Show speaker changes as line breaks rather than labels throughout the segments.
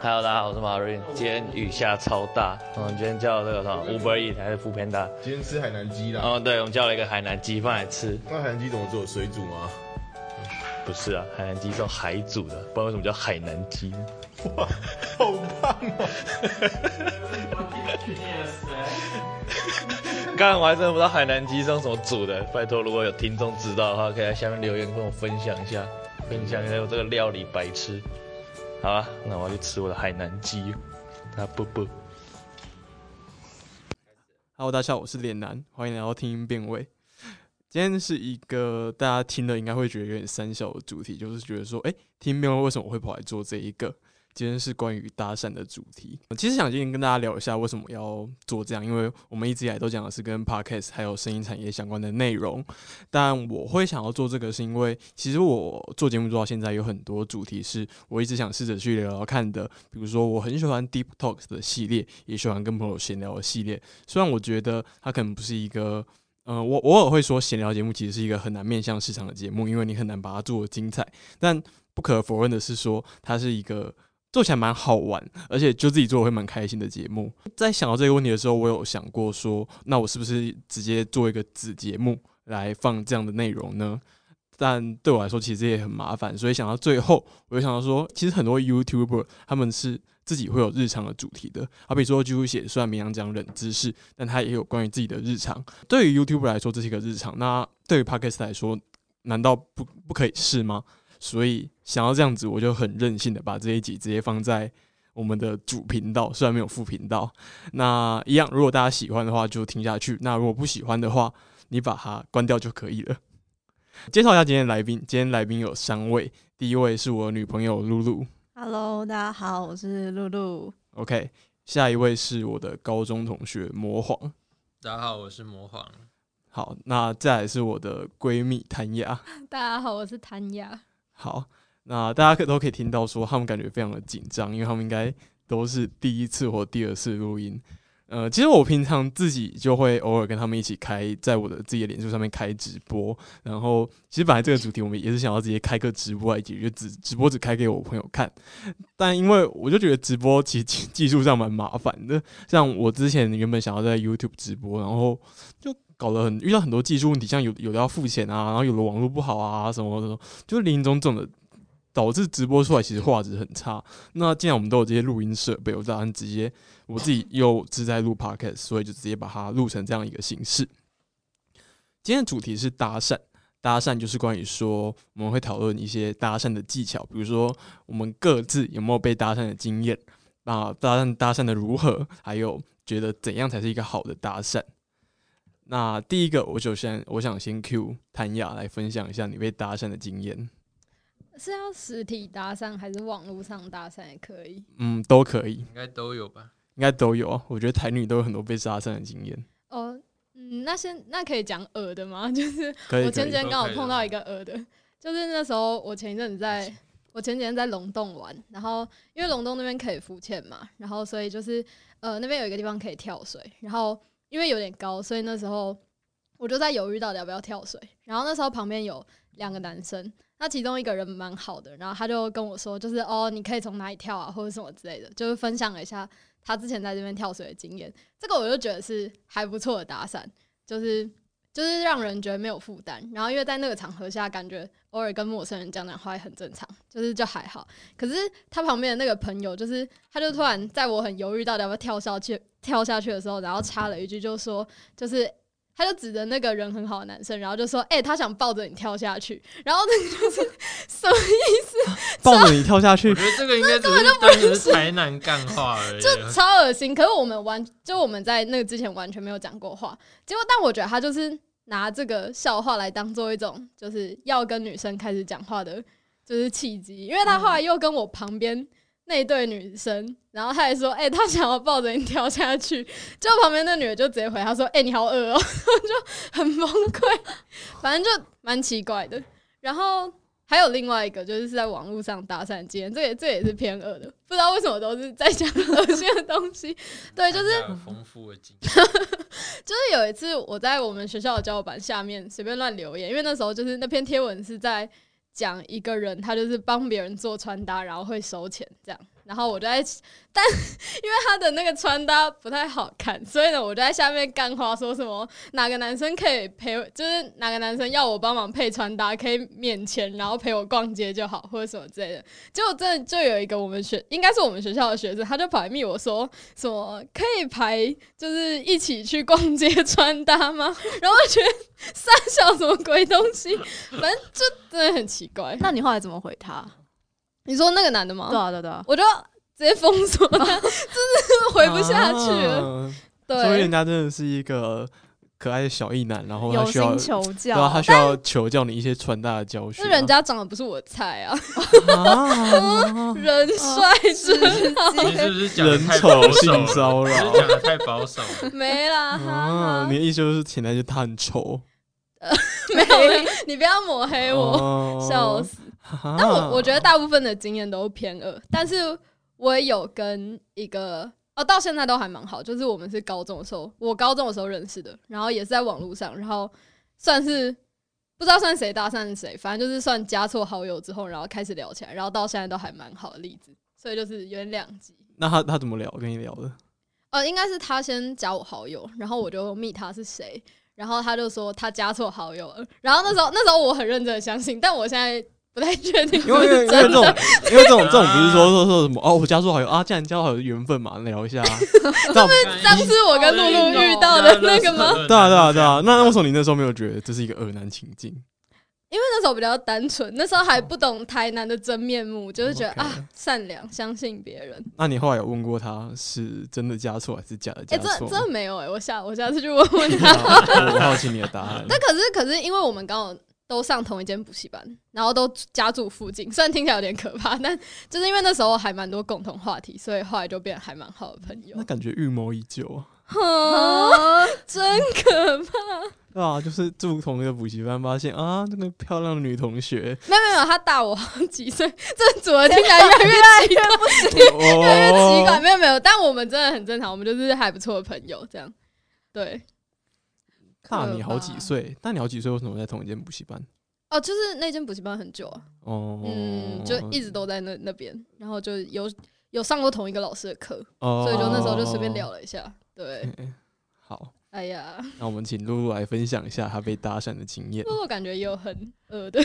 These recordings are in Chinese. Hello，大家好，我是马瑞。今天雨下超大，嗯，今天叫这个什么 Uber Eat 还是 f o o Panda？
今天吃海南鸡啦。
嗯，对，我们叫了一个海南鸡饭来吃。
那海南鸡怎么做？水煮吗？
不是啊，海南鸡是用海煮的，不然为什么叫海南鸡呢？
哇，好棒
啊
哦！
刚刚我还真的不知道海南鸡是用什么煮的，拜托，如果有听众知道的话，可以在下面留言跟我分享一下，分享一下我这个料理白痴。好啊，那我要去吃我的海南鸡，啊不不，
Hello，大家好，我是脸男，欢迎来到听音辨位。今天是一个大家听了应该会觉得有点三小的主题，就是觉得说，哎、听音辨位为什么我会跑来做这一个？今天是关于搭讪的主题。我其实想今天跟大家聊一下为什么要做这样，因为我们一直以来都讲的是跟 podcast 还有声音产业相关的内容。但我会想要做这个，是因为其实我做节目做到现在，有很多主题是我一直想试着去聊聊看的。比如说，我很喜欢 Deep Talks 的系列，也喜欢跟朋友闲聊的系列。虽然我觉得它可能不是一个，呃，我偶尔会说闲聊节目其实是一个很难面向市场的节目，因为你很难把它做得精彩。但不可否认的是说它是一个做起来蛮好玩，而且就自己做会蛮开心的节目。在想到这个问题的时候，我有想过说，那我是不是直接做一个子节目来放这样的内容呢？但对我来说，其实也很麻烦，所以想到最后，我就想到说，其实很多 YouTuber 他们是自己会有日常的主题的，好比说就写虽然绵羊讲冷知识，但他也有关于自己的日常。对于 YouTuber 来说，这是一个日常；那对于 Podcast 来说，难道不不可以是吗？所以想要这样子，我就很任性的把这一集直接放在我们的主频道，虽然没有副频道。那一样，如果大家喜欢的话就听下去；那如果不喜欢的话，你把它关掉就可以了。介绍一下今天的来宾，今天来宾有三位，第一位是我女朋友露露
Hello，大家好，我是露露。
，OK，下一位是我的高中同学魔皇，
大家好，我是魔皇。
好，那再来是我的闺蜜谭雅，
大家好，我是谭雅。
好，那大家可都可以听到说，他们感觉非常的紧张，因为他们应该都是第一次或第二次录音。呃，其实我平常自己就会偶尔跟他们一起开，在我的自己的脸书上面开直播。然后，其实本来这个主题我们也是想要直接开个直播来解决，只直播只开给我朋友看。但因为我就觉得直播其实技技术上蛮麻烦的，像我之前原本想要在 YouTube 直播，然后就搞得很遇到很多技术问题，像有有的要付钱啊，然后有的网络不好啊，什么什么，就是林林总总的，导致直播出来其实画质很差。那既然我们都有这些录音设备，我打算直接我自己又自在录 podcast，所以就直接把它录成这样一个形式。今天的主题是搭讪，搭讪就是关于说我们会讨论一些搭讪的技巧，比如说我们各自有没有被搭讪的经验，啊，搭讪搭讪的如何，还有觉得怎样才是一个好的搭讪。那第一个，我就先我想先 Q 谭雅来分享一下你被搭讪的经验。
是要实体搭讪还是网络上搭讪也可以？
嗯，都可以，
应该都有 吧？
应该都有啊。我觉得台女都有很多被杀讪的经验，
哦，嗯，那先那可以讲耳的吗？ 就是
可以
我
可
前
以
几。天刚
都
好
可以啊
碰
的
到一个耳的，就是那时候我前一阵子在，我前几天在龙洞玩，然后因为龙洞那边可以浮潜嘛，然后所以就是呃那边有一个地方可以跳水，然后因为有点高，所以那时候我就在犹豫到底要不要跳水，然后那时候旁边有两个男生。那其中一个人蛮好的，然后他就跟我说，就是哦，你可以从哪里跳啊，或者什么之类的，就是分享了一下他之前在这边跳水的经验。这个我就觉得是还不错的搭讪，就是就是让人觉得没有负担。然后因为在那个场合下，感觉偶尔跟陌生人讲讲话也很正常，就是就还好。可是他旁边的那个朋友，就是他就突然在我很犹豫到底要不要跳下去跳下去的时候，然后插了一句，就说就是。他就指着那个人很好的男生，然后就说：“哎、他想抱着你跳下去。”然后那个就是 什么
抱着你跳下
我
去
觉，得这个应该只是单纯是台南干话而已。啊
就超恶心。可是我们完，就我们在那个之前完全没有讲过话。结果，但我觉得他就是拿这个笑话来当做一种，就是要跟女生开始讲话的，就是契机。因为他后来又跟我旁边那一对女生，然后他还说：“哎、他想要抱着你跳下去。”就旁边那女的就直接回他说：“哎、你好恶哦、 就很崩溃。反正就蛮奇怪的。然后。还有另外一个，就是在网络上搭讪经验，这也这也是偏恶的，不知道为什么都是在讲恶心的东西。对，就是
是丰富的经 验，
就是有一次我在我们学校的交友版下面随便乱留言，因为那时候就是那篇贴文是在讲一个人，他就是帮别人做穿搭，然后会收钱这样。然后我就在，但因为他的那个穿搭不太好看，所以呢，我就在下面干话说什么哪个男生可以陪，就是哪个男生要我帮忙配穿搭，可以免钱，然后陪我逛街就好，或者什么之类的。结果真的就有一个我们学，应该是我们学校的学生，他就跑来密我说什么可以排，就是一起去逛街穿搭吗？ 然后我觉得三小什么鬼东西，反正就真的很奇怪。
那你后来怎么回他？
你说那个男的吗？
对啊，对啊对啊，
我就直接封 锁他，真的是 回不下去了。
啊所以人
对，
家真的是一个可爱的小异男，然后哦他
有
需要
心，求
对啊，他
教，
需要求教你一些穿搭的教学啊。
是人家长得不是我菜啊，
啊
人帅 真
你哦是不是讲的
人
太
丑
保守
性
了？
骚
你是
扰
不是讲的太保守 了，
没啦，哈
啊！
哈
你的意思就是潜台词他很丑？
没有，你不要抹黑我，
哦啊
笑死。
哈
但我我觉得大部分的经验都偏恶，但是我也有跟一个哦，到现在都还蛮好，就是我们是高中的时候，我高中的时候认识的，然后也是在网络上，然后算是不知道算谁搭讪谁，反正就是算加错好友之后，然后开始聊起来，然后到现在都还蛮好的例子，所以就是有点两极。
那他他怎么聊？跟你聊的？
呃，应该是他先加我好友，然后我就密他是谁，然后他就说他加错好友了，然后那时候那时候我很认真的相信，但我现在不太确定 是
因
不
为因为
是
因为这
真
种
的。，
因为这种这种不是说说说什么哦，我加入好友啊，既然加入好友缘分嘛，聊一下啊。这样
上次我跟露露遇到的 那个吗？
对啊对啊对啊，那那为什么你那时候没有觉得这是一个恶男情境？
因为那时候比较单纯，那时候还不懂台南的真面目，就是觉得
OK
啊，善良，相信别人。
那你后来有问过他是真的加错还是假的加
哎、这
错
真
吗？
的没有哎、我下我下次去问问他。
我我好奇你的答案。
但可是可是，因为我们刚好都上同一间补习班，然后都家住附近，虽然听起来有点可怕，但就是因为那时候还蛮多共同话题，所以后来就变得还蛮好的朋友
那。感觉预谋已久啊，
哼，
啊
真可怕！
对啊，就是住同一个补习班，发现啊，那个漂亮的女同 学，
没有没有没有，他大我好几岁， 这组合听起来越来越奇怪。
哦
奇怪，没有没有，但我们真的很正常，我们就是还不错的朋友这样。对，
大你好几岁，大你好几岁，为什么在同一间补习班？
哦，就是那间补习班很久啊，
哦，
嗯，就一直都在那那边，然后就有有上过同一个老师的课，
哦，
所以就那时候就随便聊了一下。对，
嗯。好，
哎呀，
那我们请露露来分享一下她被搭讪的经验
不。过我感觉也有很恶 的，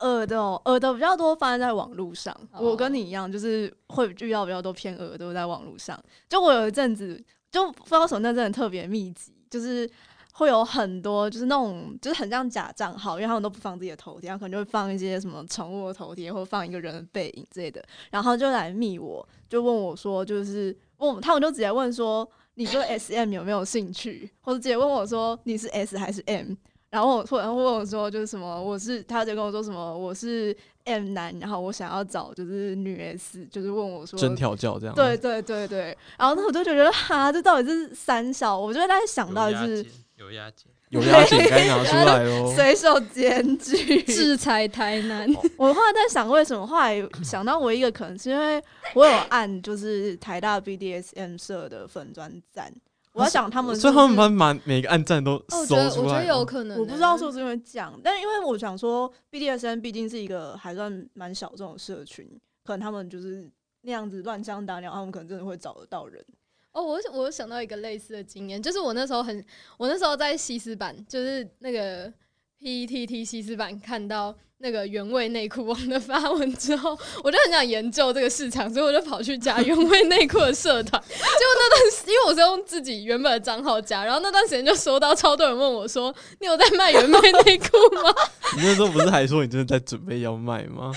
恶的哦，恶的比较多发生在网络上。
哦
我跟你一样，就是会遇到比较多偏恶的都在网络上。就我有一阵子，就不知道为什么那阵子特别密集，就是会有很多就是那种就是很像假账号，因为他们都不放自己的头贴，他可能就会放一些什么宠物的头贴，或者放一个人的背影之类的，然后就来密我，就问我说，就是问我，他们就直接问说。你对 S M 有没有兴趣？或者直接问我说你是 S 还是 M？然后我突然问我说，就是什么，我是他就跟我说什么，我是 M 男，然后我想要找就是女 S，就是问我说，
真调教这样，
对，对对对，然后那我就觉得哈，这到底是三小，我就在想到
有
啊
底
押
是
解，有押解，
有压紧该拿出来 哦。
随手检举，
制裁台南。
我后来在想，为什么后 来想到唯一一个可能是因为我有按就是台大 BDSM 社的粉砖赞，我在想他们是
哦所以
不
他
是
们把满每个暗战都
哦我
搜
觉得
出
我觉
来
得
了。
有可能欸，
我不知道是不是因为这样，但因为我想说，BDSM 毕竟是一个还算蛮小众的社群，可能他们就是那样子乱枪打鸟，他们可能真的会找得到人。
哦，我我有想到一个类似的经验，就是我那时候很，我那时候在西斯版，就是那个 PTT 西斯版看到那个原味内裤网的发文之后，我就很想研究这个市场，所以我就跑去加原味内裤的社团。结果那段时，因为我是用自己原本的账号加，然后那段时间就收到超多人问我说：“你有在卖原味内裤吗？”
你那时候不是还说你真的在准备要卖吗？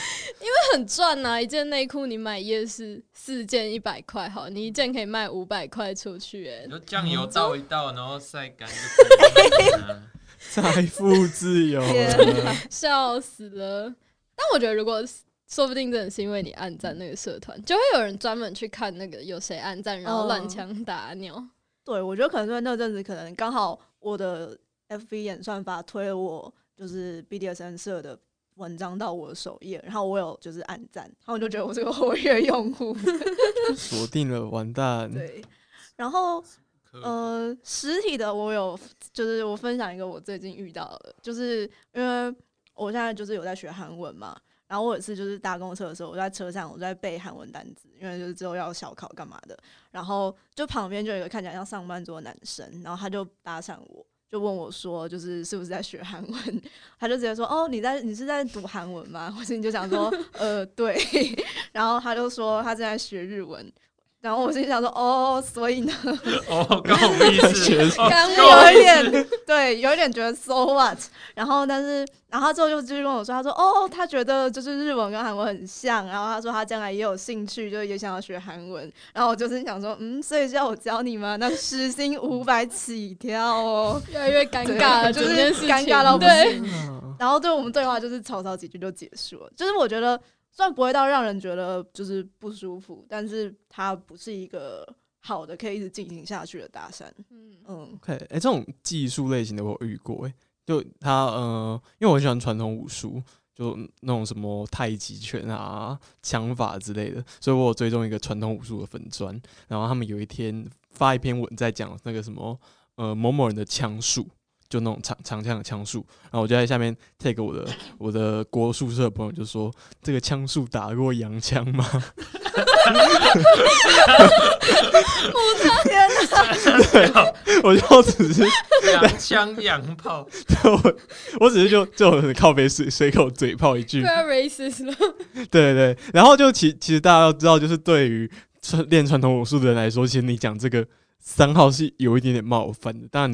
很赚呐、一件内裤你买夜市四件一百块，好，你一件可以卖五百块出去、欸，
你说酱油倒一倒，然后晒干就可以了。
财富自由了，
天
笑死了！但我觉得，如果是说不定真的是因为你暗赞那个社团，就会有人专门去看那个有谁暗赞，然后乱枪打鸟。
对，我觉得可能是因为那阵子可能刚好我的 FB 演算法推了我就是 BDSM 社的文章到我的首页，然后我有就是按赞，然后我就觉得我是个活跃用户。
锁定了，完蛋。
对，然后
可
哦
呃，实体的我有，就是我分享一个我最近遇到的，就是因为我现在就是有在学韩文嘛，然后我有一次就是搭公车的时候，我在车上我就在背韩文单词，因为就是之后要小考干嘛的。然后就旁边就有一个看起来像上班族的男生，然后他就搭讪我，就问我说，就是是不是在学韩文？他就直接说，哦，你在你是在读韩文吗？ 我心里就想说，呃，对。 然后他就说他正在学日文。然后我心里想说，哦，所以呢，
哦，关我屁 事，哦
刚
跟我
有一
一
点对，有一点觉得 so what。然后，但是，然后他之后就继续跟我说，他说哦，他觉得就是日文跟韩文很像，然后他说他将来也有兴趣，就是也想要学韩文。然后我就是想说，嗯，所以叫我教你吗？那时薪五百起跳哦。
越来越尴尬了，
对就
这件
是
事情
尴尬到不
对，
行。然后对我们对话就是草草几句就结束了，就是我觉得虽然不会到让人觉得就是不舒服，但是它不是一个好的可以一直进行下去的搭讪。
嗯
嗯，
OK，哎、这种技术类型的我有遇过、欸，就他呃，因为我很喜欢传统武术，就那种什么太极拳啊、枪法之类的，所以我有追踪一个传统武术的粉砖，然后他们有一天发一篇文在讲那个什么呃某某人的枪术，就那种长长枪的枪术，然后我就在下面 take 我的我的国术社的朋友就说这个枪术打得过洋枪吗？
天哪！
我就只是
洋枪洋炮，
我我只是就就很靠背随随口嘴炮一句
不，要 racist 了，
对对，然后就其其实大家要知道，就是对于传练传统武术的人来说，其实你讲这个三号是有一点点冒犯的，但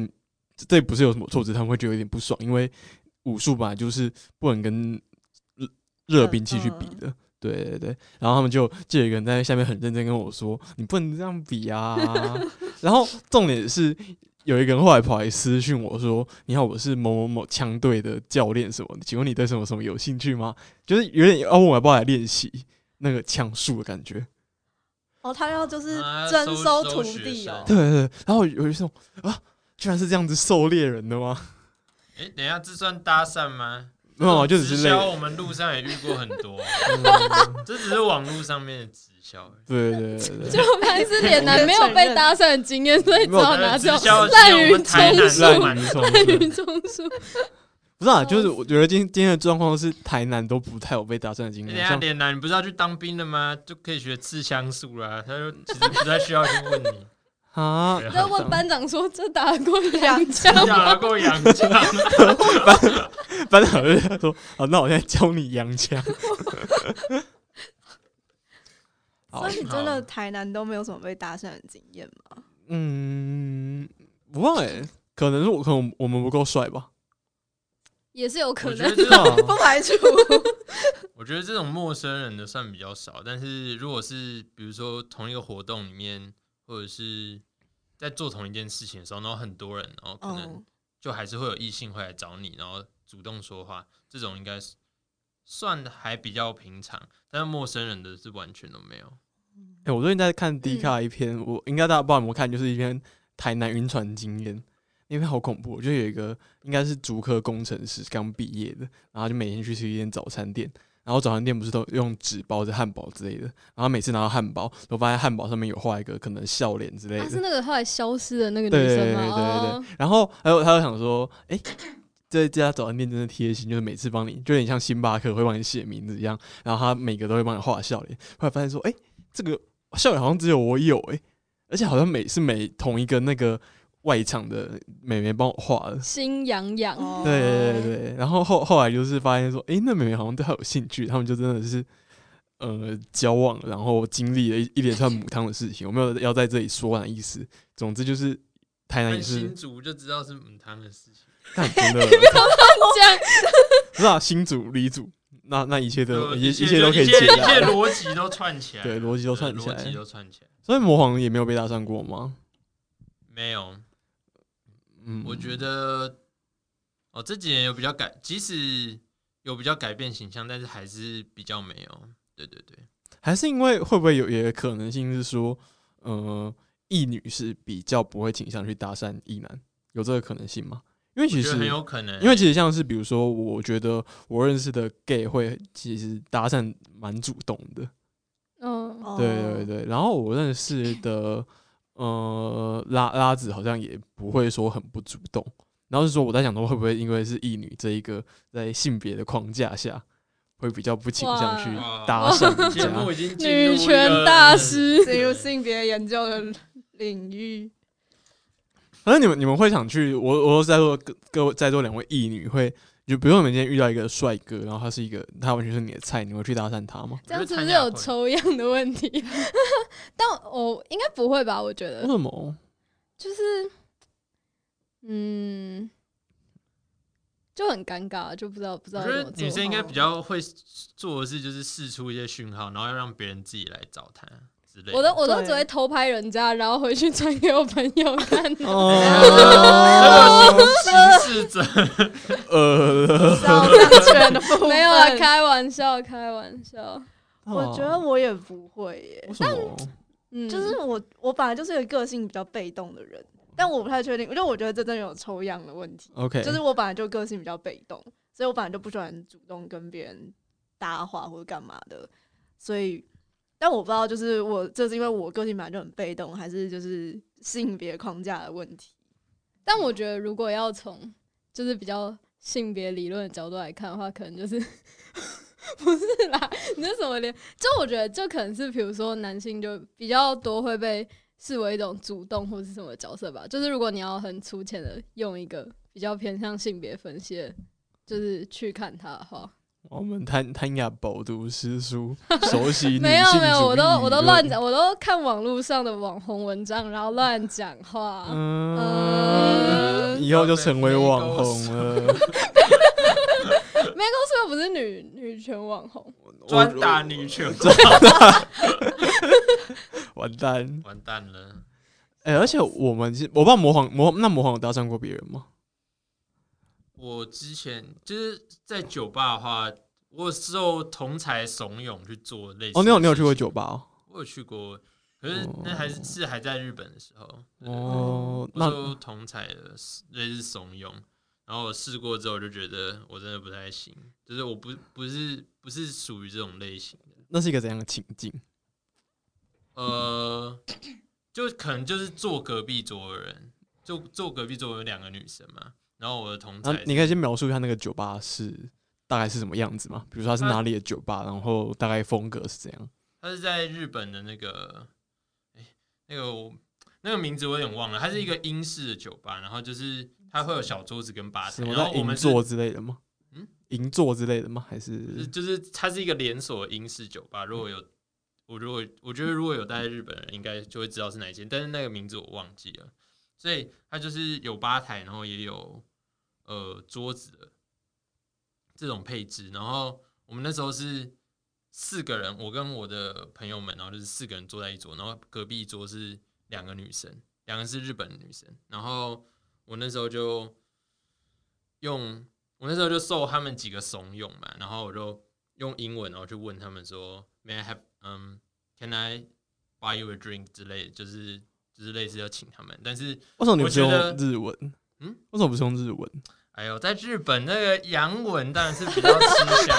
这这不是有什么错，只是他们会觉得有点不爽，因为武术本来就是不能跟热热兵器去比的。对对对，然后他们就就有一个人在下面很认真跟我说：“你不能这样比啊！”然后重点是有一个人后来跑来私讯我说：“你好，我是某某某枪队的教练什么的，请问你对什么什么有兴趣吗？”就是有点要问我要不要来练习那个枪术的感觉。
哦，他要就是
啊
征
收
收
收
徒
学
弟哦
对
生
对对，然后有一种啊，居然是这样子狩猎人的吗？
哎，等一下，这算搭讪吗？
没有，哦啊就只是
直
累
销，。我们路上也遇过很多，
嗯
这只是网络上面的直销而已。
对对对对
就我们还是脸男没有被搭讪的经验，所以只好拿这
直销
种
的经验
滥
我
竽
们台南
充
对，滥
数，
蛮
竽充
多
滥
数。
竽充数，
不是啊，就是我觉得今今天的状况是台南都不太有被搭讪的经
欸
验
等，一下
像
脸男，你不是要去当兵了吗？就可以学刺枪术啦。他就其实不太需要去问 你，
啊，
对
然后问班长说这打得过洋枪
你打过洋枪，
班长就说：“啊，那我现在教你洋枪。好
所以你真的台南都没有什么被搭讪的经验吗？”
嗯，不忘哎、可能是我可能我们不够帅吧。
也是有可
我觉
能
得。这
啊
种，
不排除
我觉得这种陌生人的算比较少。但是如果是比如说同一个活动里面，或者是在做同一件事情的时候，然后很多人，然后可能
哦，
就还是会有异性会来找你，然后主动说话，这种应该是算还比较平常。但是陌生人的是完全都没有。
哎、我最近在看 D 卡一篇，我应该大家不知道有没有看，就是一篇台南晕船经验，那篇好恐怖哦。就有一个应该是竹科工程师刚毕业的，然后就每天去吃一间早餐店，然后早餐店不是都用纸包着汉堡之类的，然后每次拿到汉堡，都发现汉堡上面有画一个可能笑脸之类的，
啊，是那个后来消失的那个
对
女
对
生
对对
吗？
对
哦，
然后还有他就想说，哎、 这这家早餐店真的贴心，就是每次帮你，就有点像星巴克会帮你写名字一样，然后他每个都会帮你画笑脸。后来发现说，哎、这个笑脸好像只有我有、诶哎，而且好像每是每同一个那个外场的美眉帮我画的。
心痒痒，
哦
对对对对，然后后后来就是发现说，哎、那美眉好像对他有兴趣，他们就真的是呃交往，然后经历了一一连串母汤的事情，我没有要在这里说完的意思。总之就是台南也
看
是
新竹就知道是母汤的事情。
干真 的，
这样
不是啊，新主、李主，那那一切都
就
一
嗯一
切
切
一切都可以
一切
解
一切
答。
逻辑都串起来
对
了，
逻辑都串
对
起来
逻辑都串起来。
所以魔皇也没有被搭讪过吗？
没有，
嗯，
我觉得哦，这几年有比较改，即使有比较改变形象，但是还是比较没有。对对对，
还是因为会不会有一个可能性是说，呃，异女是比较不会倾向去搭讪异男，有这个可能性吗？因为
我
其
觉
实
得很有可能，啊
因为其实像是比如说，我觉得我认识的 gay 会其实搭讪蛮主动的，
嗯，
哦
对对对，然后我认识的呃拉拉子好像也不会说很不主动，然后是说我在想说会不会因为是异女这一个在性别的框架下，会比较不倾向去
哇
搭讪人
节
家
目。已经进入
女
一个
权大，师，
进入性别研究的领域。
反正你们你们会想去，我我说在座各各位在座两位异女会，就比如说你们今天遇到一个帅哥，然后他是一个他完全是你的菜，你会去搭讪他吗？
这样是不是有抽样的问题？ 但我、哦应该不会吧？我觉
为
得
嗯
什么？
就是，嗯，就很尴尬，就不知道不知
我
道
觉
怎么
得
做。嗯
女生应该比较会做的事就是试出一些讯号，然后要让别人自己来找她之类
哦我都我都
对
只会偷拍人家，然后回去传给我朋友看。
哦，
行事者，
呃，
少男权的部分
没有啦，开玩笑，开玩笑。
啊
哦
我觉得我也不会耶
为，什么？
嗯，
就是我我本来就是一个个性比较被动的人，但我不太确定，因为我觉得这真的有抽样的问题，
OK，
就是我本来就个性比较被动，所以我本来就不喜欢主动跟别人搭话或者干嘛的，所以。但我不知道，就是我这是因为我个性本来就很被动，还是就是性别框架的问题？
但我觉得如果要从就是比较性别理论的角度来看的话，可能就是 不是啦？你这什么连？就我觉得就可能是比如说男性就比较多会被视为一种主动或是什么角色吧。就是如果你要很粗浅的用一个比较偏向性别分析的，就是去看他的话，
我们贪贪雅饱读 诗书，熟悉女
没有
性
没有，
主
我都
义
我都
理
乱
论。
讲，我都看网络上的网红文章，然后乱讲话。
嗯，以后就成为网红 了。
m e g o 是不是不是女女权网红？
专打女 权，
完蛋！
完蛋了。
哎、而且我们是，我不知道魔皇魔那魔皇有搭讪过别人吗？
我之前就是在酒吧的话，我受同才怂恿去做类似。
哦，你有你有去过酒？吧哦？
我有去过，可是那还是是还在日本的时候。对
哦，
我
那
受同才的类似怂恿，然后我试过之后就觉得我真的不太行，就是我不不是不是属于这种类型的，
那是一个怎样的情境？
呃，就可能就是坐隔壁桌的人，就坐隔壁桌有两个女生嘛，然后我的同
那
才
啊你可以先描述一下那个酒吧是大概是什么样子吗？比如说它是哪里的酒吧，然后大概风格是怎样？
他是在日本的那个，哎、那个我那个名字我有点忘了，它是一个英式的酒吧，然后就是它会有小桌子跟吧
什
台，
么
啊
在
然后我
银
们
座
是
之类的吗？
嗯
银座之类的吗？还
就是
是
就是它是一个连锁的英式酒吧，如果有。我如果我觉得如果有待在日本人，应该就会知道是哪一间，但是那个名字我忘记了。所以它就是有吧台，然后也有呃桌子的这种配置。然后我们那时候是四个人，我跟我的朋友们，然后就是四个人坐在一桌，然后隔壁一桌是两个女生，两个是日本的女生。然后我那时候就用我那时候就受他们几个怂恿嘛，然后我就用英文然后去问他们说，May I have 嗯、Can I buy you a drink 之类的，就是就是类似要请他们，但是
为什么你不
我
是
觉
用
得
日文？
嗯
为什么不是用日文？
哎呦，在日本那个洋文当然是比较吃 香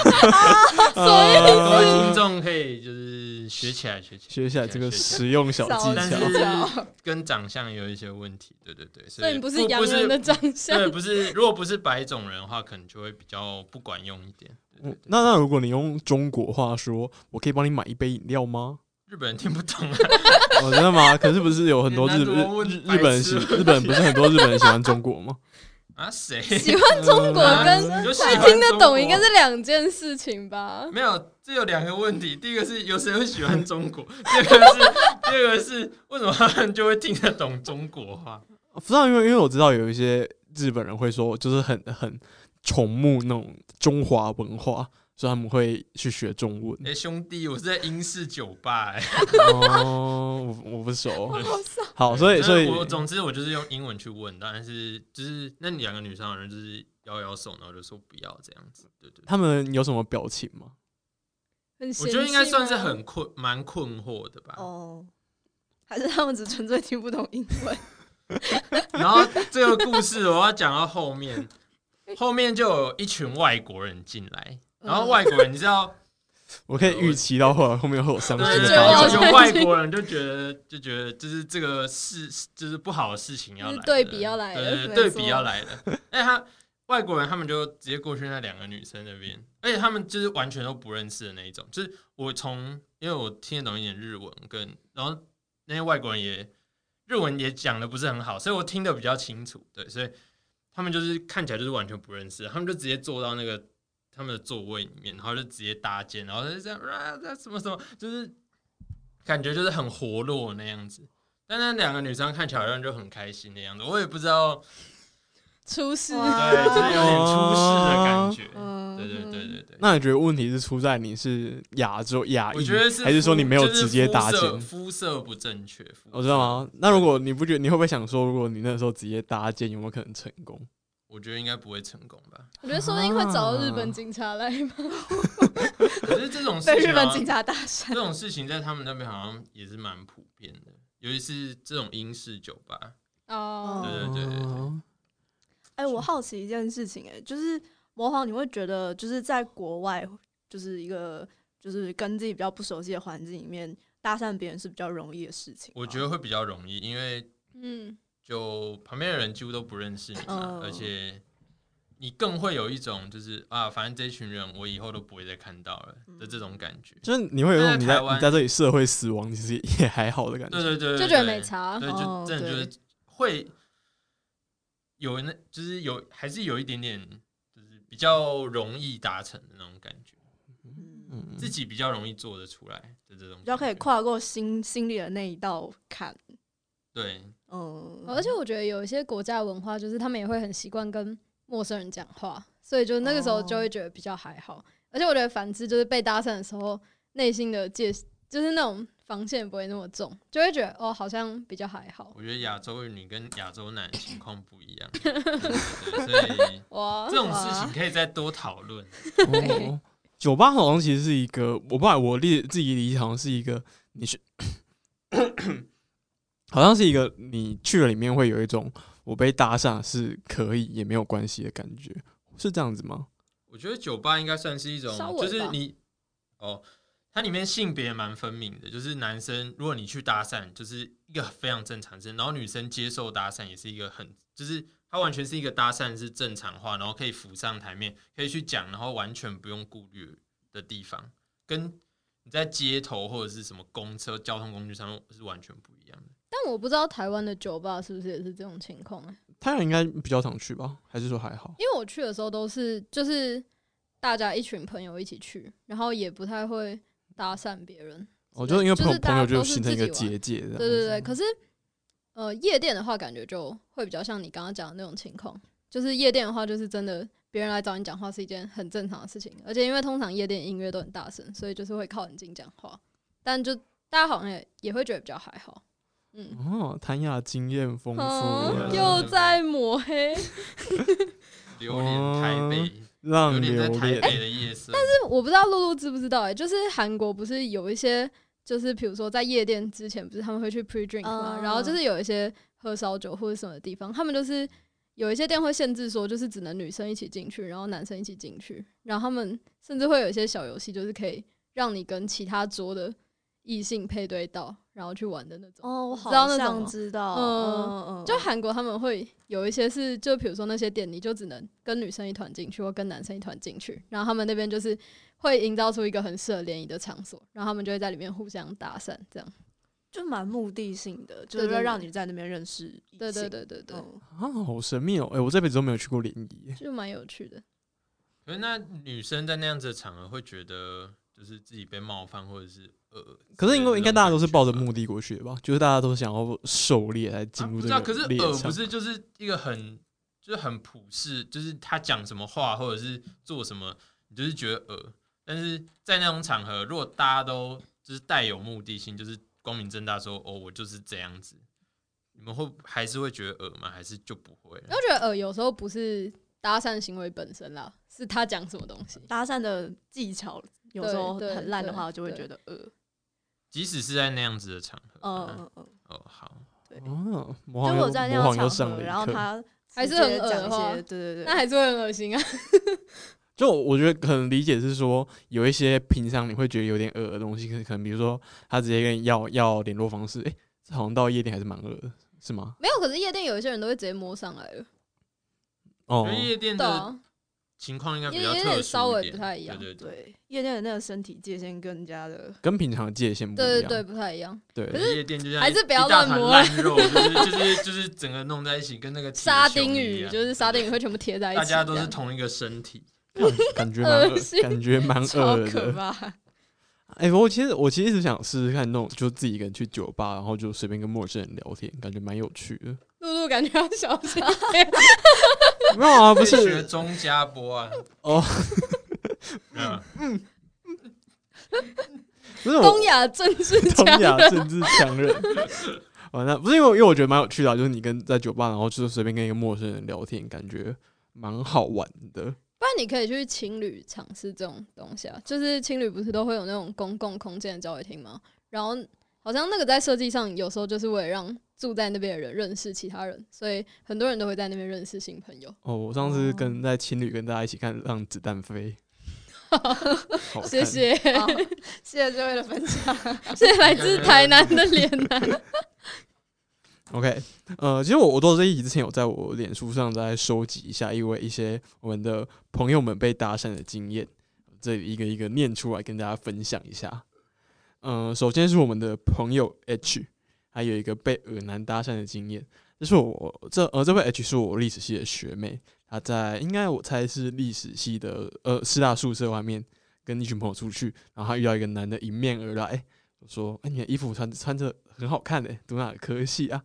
的，
啊
各位听众可以就是学起来学起来，
学起来这个
学起
实用小技
少
但
巧
是
男。巧
跟长相有一些问题，对对对，所
哦所以
以
你不是洋人的长相
对，，不是如果不是白种人的话，可能就会比较不管用一点。对
嗯
对对
那那如果你用中国话说，我可以帮你买一杯饮料吗？
日本人听不懂啊，
哦，真的吗？ 可是不是有很多日
难道我问
日日
白痴
本人喜日本不是很多日本人喜欢中国吗？
啊谁？
喜欢中国
啊
跟
你就喜
会
欢
听得
中
懂
国
应该是两件事情吧？
没有，这有两个问题。第一个是有谁会喜欢中国？第二个是，第二个是为什么他们就会听得懂中国话？
不知道，啊因为因为我知道有一些日本人会说，就是很很崇慕那种中华文化，所以他们会去学中文
哎、。兄弟，我是在英式酒吧、哎，
哦，我我不 熟。
嗯
好骚
好，所以所以
就是我总之我就是用英文去问，但是就是那两个女生好像就是摇摇手，然后就说不要这样子。对对对
他们有什么表情吗？
很
我觉得应该算是
嫌弃吗
很困，蛮困惑的吧。
哦，还是他们只纯粹听不懂英文？
然后这个故事我要讲到后 面，后面就有一群外国人进来，然
嗯
后外国人你知道。
我可以预期到后来后面会有伤
对
心的
对
我
发
好
对，
展
像。
有外国人就觉得就觉得就是这个事就是不好的事情要来了，
就是对比要来了
对对
没
对
错
比要来了。哎，他外国人他们就直接过去那两个女生那边，而且他们就是完全都不认识的那一种。就是我从因为我听得懂一点日文跟，然后那些外国人也日文也讲的不是很好，所以我听得比较清楚。对，所以他们就是看起来就是完全不认识，他们就直接坐到那个他们的座位里面，然后就直接搭肩，然后就这样啊，这什么什么，就是感觉就是很活络那样子。但那两个女生看起来好像就很开心的样子，我也不知道，
出事。
哇
对，就是有点出事的感觉。
嗯，
对对对对对。
那你觉得问题是出在你是亚洲亚裔，
我觉得是
还是说你没有
肤
直接搭
就是
肩？
肤色肤色不正确，肤色
我知道啊。那如果你不觉得，你会不会想说，如果你那时候直接搭肩，有没有可能成功？
我觉得应该不会成功吧。
我觉得说不定会找到日
啊
本警察来吧。
可是这种事
被
情
日本
好像
警察搭讪
这，种事情在他们那边好像也是蛮普遍的，尤其是这种英式酒吧。
哦，
对对对对
哦
哎、我好奇一件事情、哎，就是魔皇，你会觉得就是在国外，就是一个就是跟自己比较不熟悉的环境里面搭讪别人是比较容易的事情吗。
我觉得会比较容易，因为
嗯，
就旁边的人几乎都不认识你
嗯，
嘛而且你更会有一种就是啊，反正这群人我以后都不会再看到了的这种感觉。
就是你会有一种你
但
在
在台湾
你在这里社会死亡，其实也还好的感
对
觉。
对对，对
就觉得
对
没差。
对，就
哦
真的就是
对
会有那，就是有还是有一点点，就是比较容易达成的那种感觉，
嗯
嗯，
自己比较容易做得出来的这种，
比较可以。跨过心心里的那一道坎。
对，
嗯，
哦而且我觉得有一些国家文化，就是他们也会很习惯跟陌生人讲话，所以就那个时候就会觉得比较还好。而且我觉得反之，就是被搭讪的时候，内心的界就是那种防线不会那么重，就会觉得哦，好像比较还好。
我觉得亚洲女跟亚洲男的情况不一样，对对对所以
哇
这，种事情可以再多讨论。
哦酒吧好像其实是一个，我不知道我理自己理解好像是一个，你去， 好像是一个你去了里面会有一种我被搭讪是可以也没有关系的感觉，是这样子吗？
我觉得酒吧应该算是一种
稍，微
就
吧
是你哦，它里面性别蛮分明的，就是男生如果你去搭讪，就是一个非常正常的事，然后女生接受搭讪也是一个很，就是它完全是一个搭讪是正常化，然后可以浮上台面，可以去讲，然后完全不用顾虑的地方，跟你在街头或者是什么公车交通工具上面是完全不一样的。
但我不知道台湾的酒吧是不是也是这种情况、欸，
太阳应该比较常去吧，还是说还好？
因为我去的时候都是就是大家一群朋友一起去，然后也不太会搭讪别人。
我觉得因为朋友
就是大
朋
家
友哦就
都是
形成一个
自己玩
结界，这样
对对对，
子
可是呃，夜店的话，感觉就会比较像你刚刚讲的那种情况，就是夜店的话，就是真的别人来找你讲话是一件很正常的事情，而且因为通常夜店音乐都很大声，所以就是会靠很近讲话，但就大家好像也也会觉得比较还好，嗯。
哦，谭雅经验丰富
哦，
呀，
又在抹黑，
榴莲台北，
让
榴莲在
榴
台
莲
北的夜色，但是
我不知道露露知不知道哎、就是韩国不是有一些，就是比如说在夜店之前，不是他们会去 pre drink 嘛，
嗯
然后就是有一些喝烧酒或者什么地方，他们就是有一些店会限制说，就是只能女生一起进去，然后男生一起进去，然后他们甚至会有一些小游戏，就是可以让你跟其他桌的异性配对到，然后去玩的那种。
哦，我
知
好
道那种
像
吗
知道，
嗯
嗯嗯，
就韩国他们会有一些是，就比如说那些店，你就只能跟女生一团进去，或跟男生一团进去。然后他们那边就是会营造出一个很适合联谊的场所，然后他们就会在里面互相搭讪，这样。
就蛮目的性的，就
对
是
对
要
对
让你在那边认识异性。
对对对对对，
嗯，
啊，好神秘哦！哎、我这辈子都没有去过联谊，
就蛮有趣的。
可是那女生在那样子的场合会觉得，就是自己被冒犯，或者是呃，
可是应该应该大家都是抱着目
的
的过去的吧？就是大家都想要狩猎来进入
啊不
这
知道，可是
个猎
呃，
场
不。是就是一个很就是很普世，就是他讲什么话或者是做什么，你就是觉得呃，但是在那种场合，如果大家都就是带有目的性，就是光明正大说哦，我就是这样子，你们会还是会觉得呃吗？还是就不会了？
然后觉得呃，有时候不是搭讪行为本身啦，是他讲什么东西。
搭讪的技巧有时候
对对
很烂的
对
话，我就会
对
觉得呃，
即使是在那样子的场合，
嗯
嗯
嗯嗯，
哦好，
哦，模
就
仿
我
又
在
模
那样
仿
场
又上
合，
了
然后
一课。
他
还
直
是很
接
恶
讲一
的话
些，对对
那
对，
还是会很恶心啊！
就我觉得可能理解是说，有一些平常你会觉得有点恶的东西，可可能比如说他直接跟你要要联络方式，哎、这好像到夜店还是蛮恶的，是吗？
没有，可是夜店有一些人都会直接摸上来了，
因
哦
为夜店
对
的
啊，
情况应该比
有
较
有
特殊
点稍微
点
不太一样
对对
对，夜店的那个身体界限更加 的，
跟平常的界限不一
对
样。
对对，不太一样。
对
对，夜店就像
还是不要
一大
乱
团
摸
烂肉，就是就是 就是整个弄在一起，跟那个铁
沙
球
丁
一
鱼
样
就是沙丁鱼会全部贴在一起，
大家都
这
是
样
同一个 身体，
感感觉蛮恶
恶心
感觉蛮
超
恶
可
的。
怕。
哎、我其实我其实一直想试试看那种，就自己一个人去酒吧，然后就随便跟陌生人聊天，感觉蛮有趣的。
露露感觉要小心。
没有啊，不
可以学
是
钟家波啊。
哦，
对啊
不是 我
东亚政治
东
家
亚
人，
政治强人。 完了，不是因为因为我觉得蛮有趣的啊、就是你跟在酒吧，然后就是随便跟一个陌生人聊天，感觉蛮好玩的。
不然你可以去情侣尝试这种东西啊。就是情侣不是都会有那种公共空间的交流厅吗？然后好像那个在设计上，有时候就是为了让住在那边的人认识其他人，所以很多人都会在那边认识新朋友。
哦，我上次
哦
跟在情侣跟大家一起看《让子弹 飞》好看，
谢谢，
好谢谢这位的分享。
谢谢 来自台南的脸 男。
OK，呃，其实我我做这一集之前，有在我脸书上在收集一下，因为一些我们的朋友们被搭讪的经验，这里一个一个念出来跟大家分享一下。嗯、首先是我们的朋友 H，还有一个被耳男搭讪的经验。这是我这呃这位 H 是我历史系的学妹，她在应该我猜是历史系的呃师大宿舍外面跟一群朋友出去，然后她遇到一个男的迎面而来，我说：“哎、你的衣服穿穿着很好看诶、读哪个科系啊？”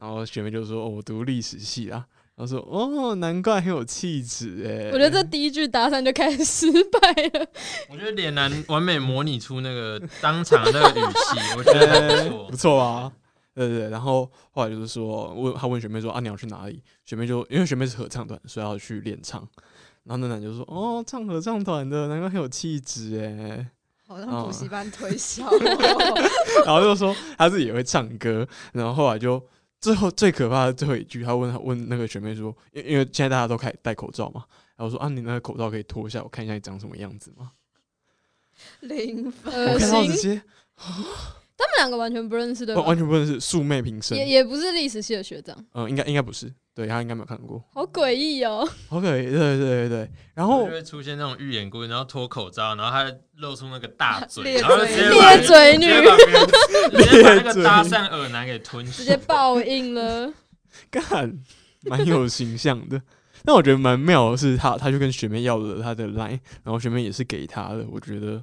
然后学妹就说：“哦，我读历史系啊。”然后说：“哦，难怪很有气质欸诶。”
我觉得这第一句搭讪就开始失败了。
我觉得脸男完美模拟出那个当场那个语气，我觉得还
欸
不错
不。错啊。对对对，然后后来就是说，问他问学妹说啊，你要去哪里？学妹就因为学妹是合唱团，所以要去练唱。然后那男就说哦，唱合唱团的，难怪很有气质诶。
好像
哦
补习班 推销，
然后就说他自己也会唱歌。然后后来就最后最可怕的最后一句，他问他问那个学妹说，因因为现在大家都开始戴口罩嘛，然后说啊，你那个口罩可以脱下，我看一下你长什么样子 吗？
零分。
我
恶
看
心，
到
他
直接
们两个完全不认识对
完完
吧？
全不认识素昧平生，
也也不是历史系的学长，
嗯、应该应该不是，对他应该没有看过。
好诡异哦！
OK，对对对对，然后
就会出现那种预言故事，然后脱口罩，然后他露出那个大 嘴，
咧
然后就直接
对
把
裂嘴女
直接把别人直接把那个搭讪耳男给吞
直
噬。
接报应了，
干，蛮有形象的。但我觉得蛮妙的是他，他就跟学妹要了他的 line，然后学妹也是给他的。我觉得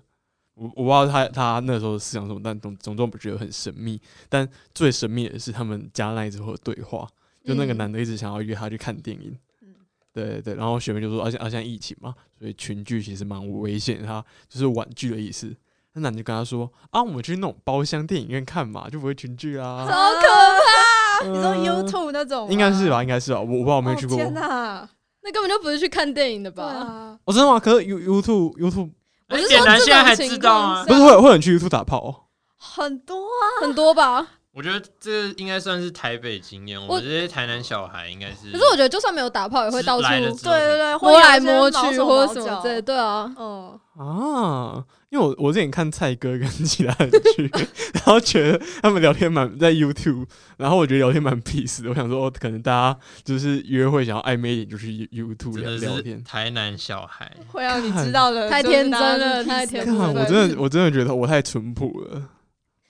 我我不知道他他那时候思想什么，但总总之我觉得很神秘。但最神秘的是他们加 line 之后的对话，就那个
嗯
男的一直想要约他去看电影。
嗯
对对对，然后学妹就说，啊而且而且疫情嘛，所以群聚其实蛮危险的，他就是婉拒的意思。那男的就跟他说啊，我们去那种包厢电影院看嘛，就不会群聚啊。
好可怕！
你
你说
嗯
YouTube 那种吗，
嗯
啊
应该是吧，应该是吧，我我不知道我
我
没有去过。
哦天哪，
那根本就不是去看电影的
对
吧？
啊，
哦，真的吗？可是 You YouTube YouTube
我是
脸
说
男
这
现在还
种
知
情
道啊吗
况
不是会有会有人去 YouTube 打炮、哦？
很多
很 多吧？
我觉得这应该算是台北经验，我
我
们这些台南小孩应该是。
可是我觉得就算没有打炮，也会到处
来了之
对对对，会
摸
有一
来
些
摸
毛
去
手
或
毛
者什么
脚
之类的，对啊。
嗯，
啊，因为我我之前看蔡哥跟其他人去， 然后觉得他们聊天蛮在 YouTube，然后我觉得聊天蛮 peace 的。我想说，哦，可能大家就是约会想要暧昧一点，就去 You- YouTube
真
聊
的
聊
是
天。
台南小孩，
会让你
看
知道的，
太
就是
天
大家
真了
是
太
peace
天
看，
的
真
部
我
了
分
真的我真的觉得我太淳朴了。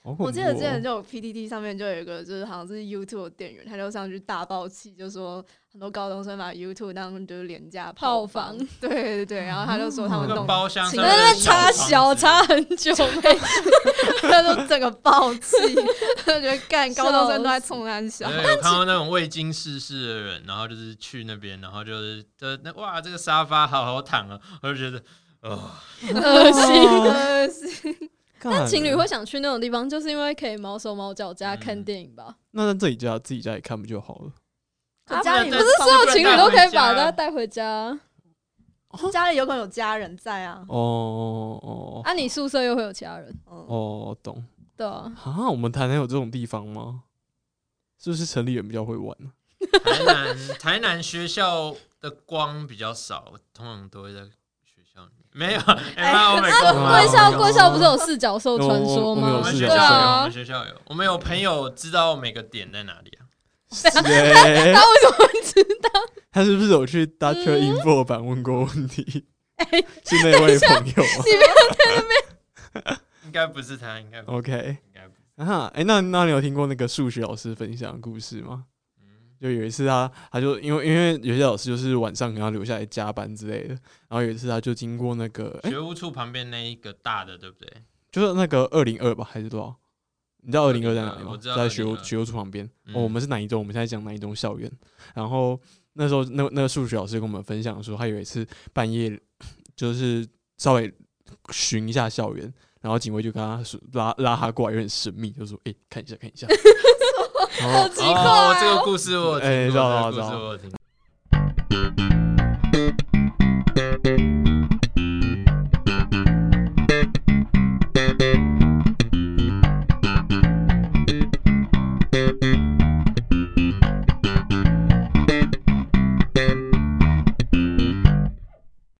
好恐
我记得
怖
之前
哦
就有 PDD 上面就有一个，就是好像是 YouTube 的店员，他就上去大爆气，就说很多高中生把 YouTube 当就是廉价
炮
房
房，
对对对，然后他就说他
那
们
哦
个
弄，
包厢上
请
面
在
的
那
那
边
插小
小
插很久，
他就整个爆气，他觉得干高中生都在冲他笑
房，子。对，有看到那种未经世事的人，然后就是去那边，然后就是呃那哇，这个沙发好好躺啊，我就觉得哦，
恶 心。
真的是
干
情侣会想去那种地方，就是因为可以毛手毛脚加看电影吧？
那在自己家自己家里看不就好了？
我家里不
不能
是
带
所有情侣都可以把
不能带回家
它带回家。
家里有可能有家人在啊，
哦哦
啊，你宿舍又会有其他人，
嗯，
哦，懂。
对啊。
啊，我们台南有这种地方吗？是不是城里人比较会玩啊呢？
台南台南学校的光比较少，通常都会在学校里面。没有，哎、欸，我没
啊
贵校
哦
贵校不是有四角兽传说
我
我
们
吗
有
们？
四
学
角
校
对
有，我
啊
们，学校有，我们有朋友知道每个点在哪里啊。
谁？
他为什么会知道？
他是不是有去 Doctor Info 版问过问题？ 是那位朋友吗
你没有
应该不是他，应该不
？OK，
应该不是。
啊哈，哎、那那你有听过那个数学老师分享的故事吗？
嗯，
就有一次他，他就因为因为有些老师就是晚上可能要留下来加班之类的，然后有一次他就经过那个，哎、
学务处旁边那一个大的，对不对？
就是那个二零二吧，还是多少？你知道二零二在哪里
我
吗？
知道
在学务
202
学务处旁边。哦，
嗯
我们是哪一中？我们现在讲哪一中校园？然后那时候那那个数学老师跟我们分享说，他有一次半夜就是稍微巡一下校园，然后警卫就跟他说拉拉他过来，有点神秘，就说：“哎、看一下，看一下。”然后
奇怪哦
哦这个故事我有
哎
听
知道
过，
知
这
道知
个故事
道
我有听过。